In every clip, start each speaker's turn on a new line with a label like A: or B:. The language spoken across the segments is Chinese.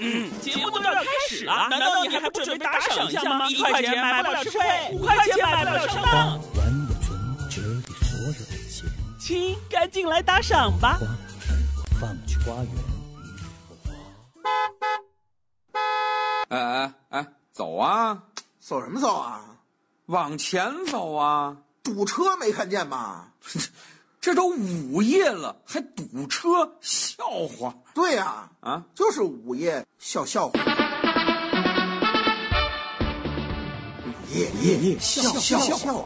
A: 嗯，节目都要开始了，难道你还不准备打赏一下吗？一块钱买不了吃亏，五块钱买不了上
B: 花
A: 当。
B: 完我存折里所有的钱，
A: 亲，赶紧来打赏吧！
B: 花儿放去花园。
C: 哎哎哎，走啊，
D: 走什么走啊？
C: 往前走啊！
D: 堵车没看见吗？
C: 这都午夜了，还堵车，笑话
D: 对呀、
C: 啊！
D: 就是午夜笑笑话。夜夜夜笑笑笑话。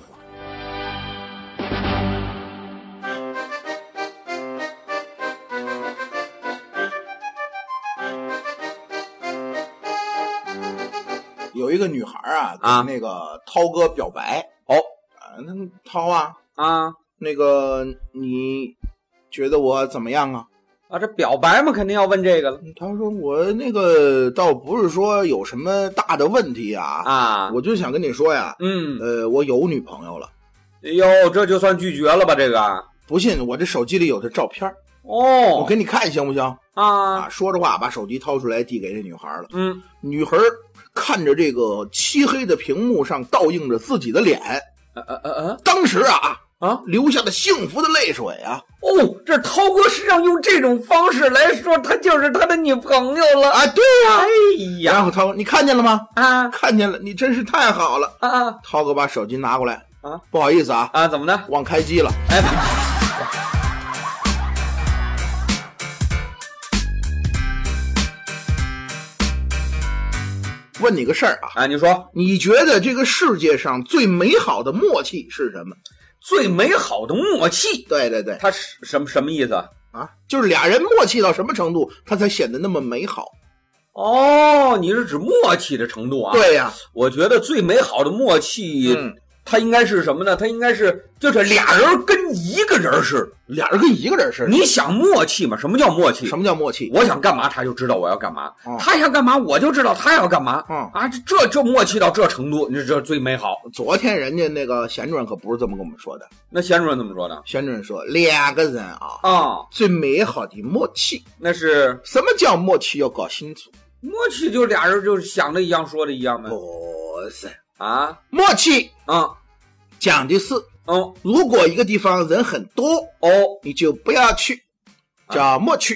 D: 有一个女孩啊，
C: 啊
D: 跟那个涛哥表白
C: 哦
D: 啊，那涛啊，
C: 啊
D: 那个你觉得我怎么样啊？嗯
C: 啊！这表白嘛，肯定要问这个了
D: 他说我那个倒不是说有什么大的问题啊，
C: 啊！
D: 我就想跟你说呀，
C: 嗯，
D: 呃，我有女朋友了，
C: 哎呦，这就算拒绝了吧？这个
D: 不信我这手机里有她照片儿，
C: 哦，
D: 我给你看行不行？
C: 啊
D: 啊，，说着话把手机掏出来递给这女孩了，
C: 嗯，
D: 女孩儿看着这个漆黑的屏幕上倒映着自己的脸，
C: 呃呃呃呃
D: 当时啊
C: 啊，
D: 流下了幸福的泪水啊
C: 哦，这涛哥实际上用这种方式来说，他就是他的女朋友了。
D: 啊，对呀、
C: 哎
D: 然
C: 呀
D: 后他说你看见了吗？
C: 啊
D: 看见了，你真是太好了。
C: 啊啊
D: 涛哥把手机拿过来
C: 啊，
D: 不好意思啊，
C: 啊！怎么的？
D: 忘开机了。
C: 哎，
D: 问你个事儿啊，
C: 啊，你说
D: 你觉得这个世界上最美好的默契是什么？
C: 最美好的默契，
D: 对对对，
C: 他是什么什么意思啊？
D: 啊，就是俩人默契到什么程度，他才显得那么美好？
C: 哦，你是指默契的程度啊？，
D: 对呀、
C: 我觉得最美好的默契，
D: 嗯
C: 它应该是什么呢？它应该是就是俩人跟一个人似的。
D: 俩人跟一个人似的。
C: 你想默契吗？什么叫默契？
D: 什
C: 么？
D: 么叫默契？
C: 我想干嘛，他就知道我要干嘛；
D: 哦
C: 他想干嘛，我就知道他要干嘛。
D: 嗯
C: 啊，这这这默契到这程度，你这最美好。
D: 昨天人家那个贤主任可不是这么跟我们说的，
C: 那贤主任怎么说的？
D: 贤主任说两个人啊，
C: 啊、
D: 最美好的默契。
C: 那是
D: 什么叫默契？要搞清楚。
C: 默契，就俩人就是想的一样，说的一样呗。
D: 哦不是，
C: 啊
D: 默契
C: 啊
D: 讲的是，
C: 嗯
D: 如果一个地方人很多，
C: 哦，
D: 你就不要去，
C: 啊
D: 叫默契。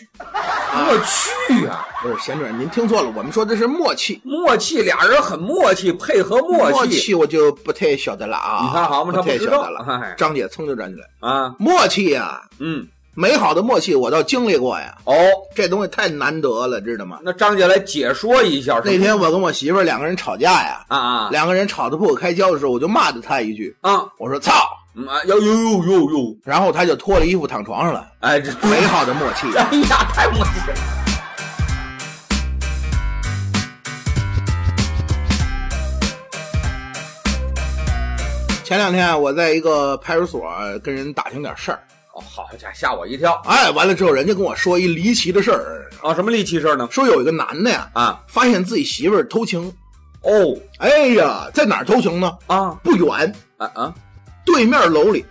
C: 默契啊。
D: 不是，贤主任，您听错了，我们说的是默契。
C: 默契，俩人很默契，配合默
D: 默
C: 契
D: 契我就不太晓得了啊。
C: 你看好吗？他
D: 不
C: 不
D: 太
C: 知
D: 晓得
C: 道
D: 了。
C: 哎
D: 张姐噌就站起来，
C: 啊，
D: 默契呀，
C: 嗯，
D: 美好的默契，我倒经历过呀，
C: 哦，
D: 这东西太难得了，知道吗？
C: 那张姐来解说一下。
D: 那天我跟我媳妇儿两个人吵架呀，
C: 啊啊
D: 两个人吵得不可开交的时候，我就骂了她一句，
C: 啊
D: 我说操，
C: 嗯啊，呦呦呦呦呦，
D: 然后她就脱了衣服躺床 上了，
C: 哎这
D: 美好的默契。
C: 哎呀，太默契了。
D: 前两天我在一个派出所跟人打听点事儿，
C: 哦，好家伙，吓我一跳
D: 哎，完了之后人家跟我说一离奇的事儿，
C: 啊！什么离奇事儿呢？
D: 说有一个男的呀，
C: 啊
D: 发现自己媳妇儿偷情，
C: 哦
D: 哎呀，在哪儿偷情呢？
C: 啊
D: 不远，
C: 啊啊！
D: 对面楼里，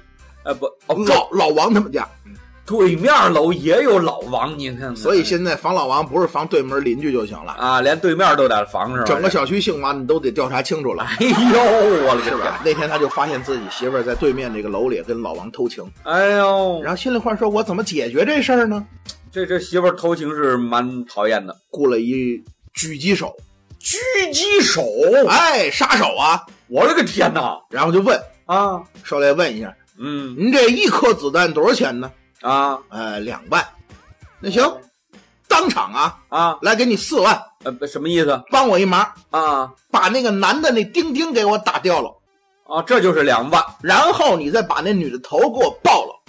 C: 哎不哦，这
D: 老老王他们家。
C: 对面楼也有老王，您看看。
D: 所以现在防老王不是防对门邻居就行了，
C: 嗯啊，连对面都得防着。
D: 整个小区姓王你都得调查清楚了。
C: 哎呦我的
D: 是
C: 天！
D: 吧？那天他就发现自己媳妇儿在对面这个楼里跟老王偷情，
C: 哎呦，
D: 然后心里话说：“我怎么解决这事儿呢
C: 这这媳妇儿偷情是蛮讨厌的。？”
D: 雇了一狙击手，
C: 狙击手，
D: 哎，杀手啊！
C: 我勒个天哪！
D: 然后就问，
C: 啊，
D: 上来问一下，
C: 嗯
D: 您这一颗子弹多少钱呢？
C: 啊
D: 呃，两万。那行，当场啊，
C: 啊，
D: 来给你四万，
C: 呃，不什么意思
D: 帮我一忙，
C: 啊
D: 把那个男的那钉钉给我打掉了，
C: 啊？这就是两万。
D: 然后你再把那女的头给我爆了。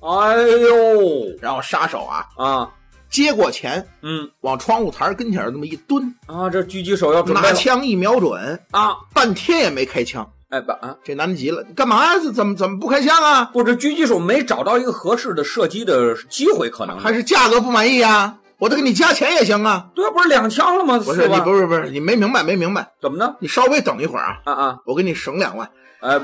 C: 哎呦
D: 然后杀手啊
C: 啊，
D: 接过钱，
C: 嗯
D: 往窗户台跟前儿这么一蹲，
C: 啊，这狙击手要准备
D: 拿
C: 了
D: 枪一瞄准，
C: 啊！
D: 半天也没开枪。
C: 哎不啊，
D: 这男的急了，你干嘛呀？这怎么怎么不开枪啊？
C: 不，这狙击手没找到一个合适的射击的机会，可能
D: 还是价格不满意啊？我再给你加钱也行啊。
C: 对，不是两枪了吗？
D: 不是
C: 吧
D: 你不是不是你没明白没明白，
C: 怎么的？
D: 你稍微等一会儿啊，
C: 啊啊，
D: 我给你省两万。
C: 哎，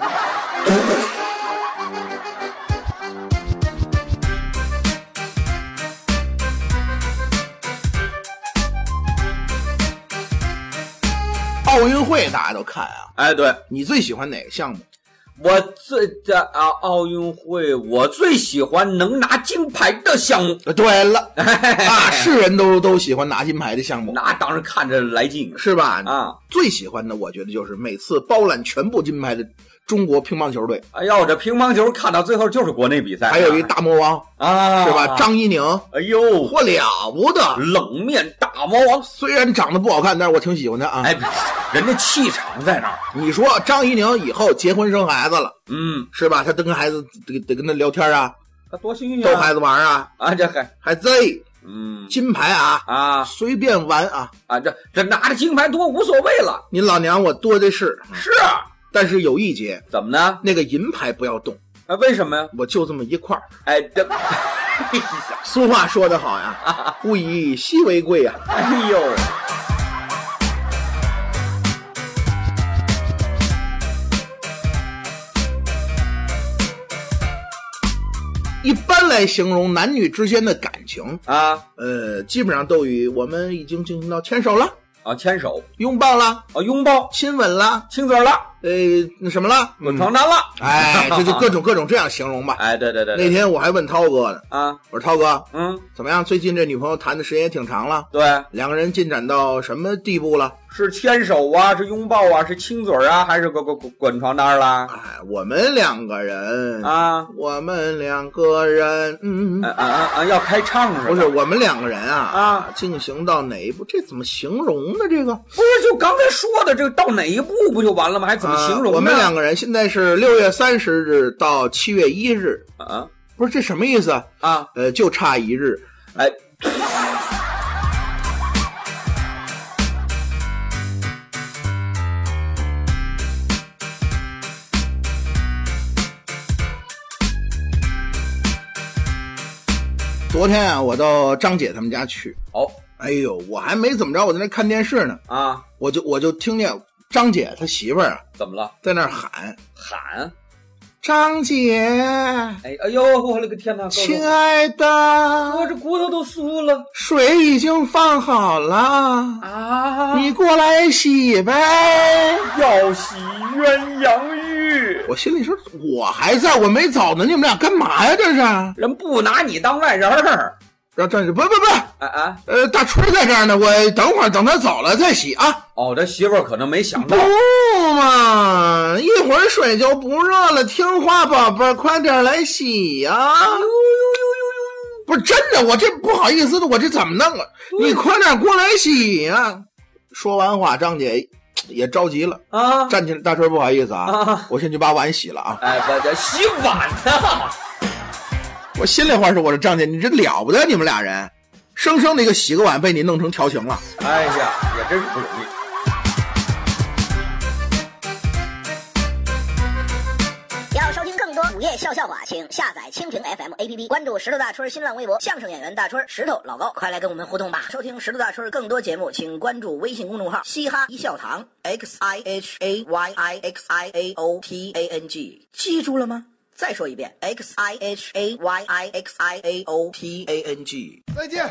D: 奥运会大家都看啊，
C: 哎，对
D: 你最喜欢哪个项目？
C: 我最的啊奥运会，我最喜欢能拿金牌的项目。
D: 呃 对了，啊，是人都都喜欢拿金牌的项目，
C: 那当然看着来劲
D: 是吧？
C: 啊！
D: 最喜欢的，我觉得就是每次包揽全部金牌的中国乒乓球队，
C: 哎呦，这乒乓球看到最后就是国内比赛，
D: 还有一大魔王
C: 啊，
D: 是吧？张怡宁，
C: 哎呦，
D: 我了不得！
C: 冷面大魔王，
D: 虽然长得不好看，但是我挺喜欢他啊。
C: 哎，人家气场在那儿，
D: 你说张怡宁以后结婚生孩子了，
C: 嗯，
D: 是吧？他跟孩子得得跟他聊天啊，
C: 他多新
D: 逗
C: 鲜
D: 孩
C: 啊！
D: 子玩啊，
C: 啊，这还，
D: 还贼
C: 嗯
D: 金牌啊，
C: 啊
D: 随便玩啊！
C: 啊，这这拿着金牌多无所谓了，
D: 您老娘我多的是，
C: 是啊
D: 但是有一节，
C: 嗯怎么呢？
D: 那个银牌不要动，
C: 啊，为什么呀？
D: 我就这么一块儿。
C: 哎，这，
D: 俗话说得好呀，物以稀为贵啊呀、
C: 哎呦。
D: 一般来形容男女之间的感情，
C: 啊
D: 呃，基本上都与我们已经进行到牵手了、
C: 啊，牵手
D: 拥抱了、
C: 啊，拥抱，
D: 亲吻了，
C: 亲嘴了，
D: 呃，那什 么了，
C: 滚床单了，
D: 哎，这就各种各种这样形容吧。
C: 嗯哎，对对对，
D: 那
C: 对
D: 天我还问涛哥呢，
C: 啊，
D: 我说涛哥，
C: 嗯，
D: 怎么样？最近这女朋友谈的时间也挺长了，
C: 对，
D: 两个人进展到什么地步了？
C: 是牵手啊，是拥抱啊，是亲嘴啊，还是滚滚滚滚床单啦？
D: 哎，我们两个人，
C: 啊，
D: 我们两个人，嗯
C: 啊，啊啊啊，要开唱是吧？
D: 不是，我们两个人啊
C: 啊，
D: 进行到哪一步？这怎么形容呢？这个
C: 不是，就刚才说的这个到哪一步不就完了吗？还怎么形容呢？
D: 啊我们两个人现在是六月三十日到七月一日，
C: 啊
D: 不是这什么意思啊？
C: 啊，
D: 呃，就差一日。
C: 哎，
D: 昨天啊，我到张姐他们家去，
C: 哦
D: 哎呦，我还没怎么着，我在那看电视呢，
C: 啊，
D: 我就我就听见张姐她媳妇儿啊
C: 怎么了？
D: 在那儿喊
C: 喊，：“
D: 张姐，
C: 哎哎呦，我勒个天哪！
D: 亲
C: 啊，
D: 爱
C: 我
D: 的，
C: 这骨头都酥了
D: 水已经放好了，
C: 啊！
D: 你过来洗呗。”
C: 要洗鸳鸯浴。
D: 我心里说，我还在，我没走呢，你们俩干嘛呀？这是
C: 人不拿你当外人儿。
D: 让张姐不不不，
C: 啊啊！
D: 呃，大春在这儿呢，我等会儿等他走了再洗啊。
C: 哦，这媳妇儿可能没想
D: 不
C: 到，
D: 嘛，一会儿水就不热了，听话，宝贝儿，快点来洗呀、不是真的，我这不好意思的，我这怎么弄啊？你快点过来洗呀、说完话，张姐也着急了，
C: 啊
D: 站起来，大春不好意思啊
C: 啊，
D: 我先去把碗洗了啊。
C: 哎，这这洗碗呢，
D: 我心里话说，我说张姐，你这了不得，你们俩人，生生的一个洗个碗被你弄成调情了。
C: 哎呀，也真是不容易。
E: 要收听更多午夜笑笑话，请下载蜻蜓 FM APP，关注石头大春儿新浪微博，相声演员大春儿、石头老高，快来跟我们互动吧！收听石头大春儿更多节目，请关注微信公众号“嘻哈一笑堂 ”x i h a y i x i a o t a n g，记住了吗？再说一遍，x i h a y i x i a o t a n g。
D: 再见。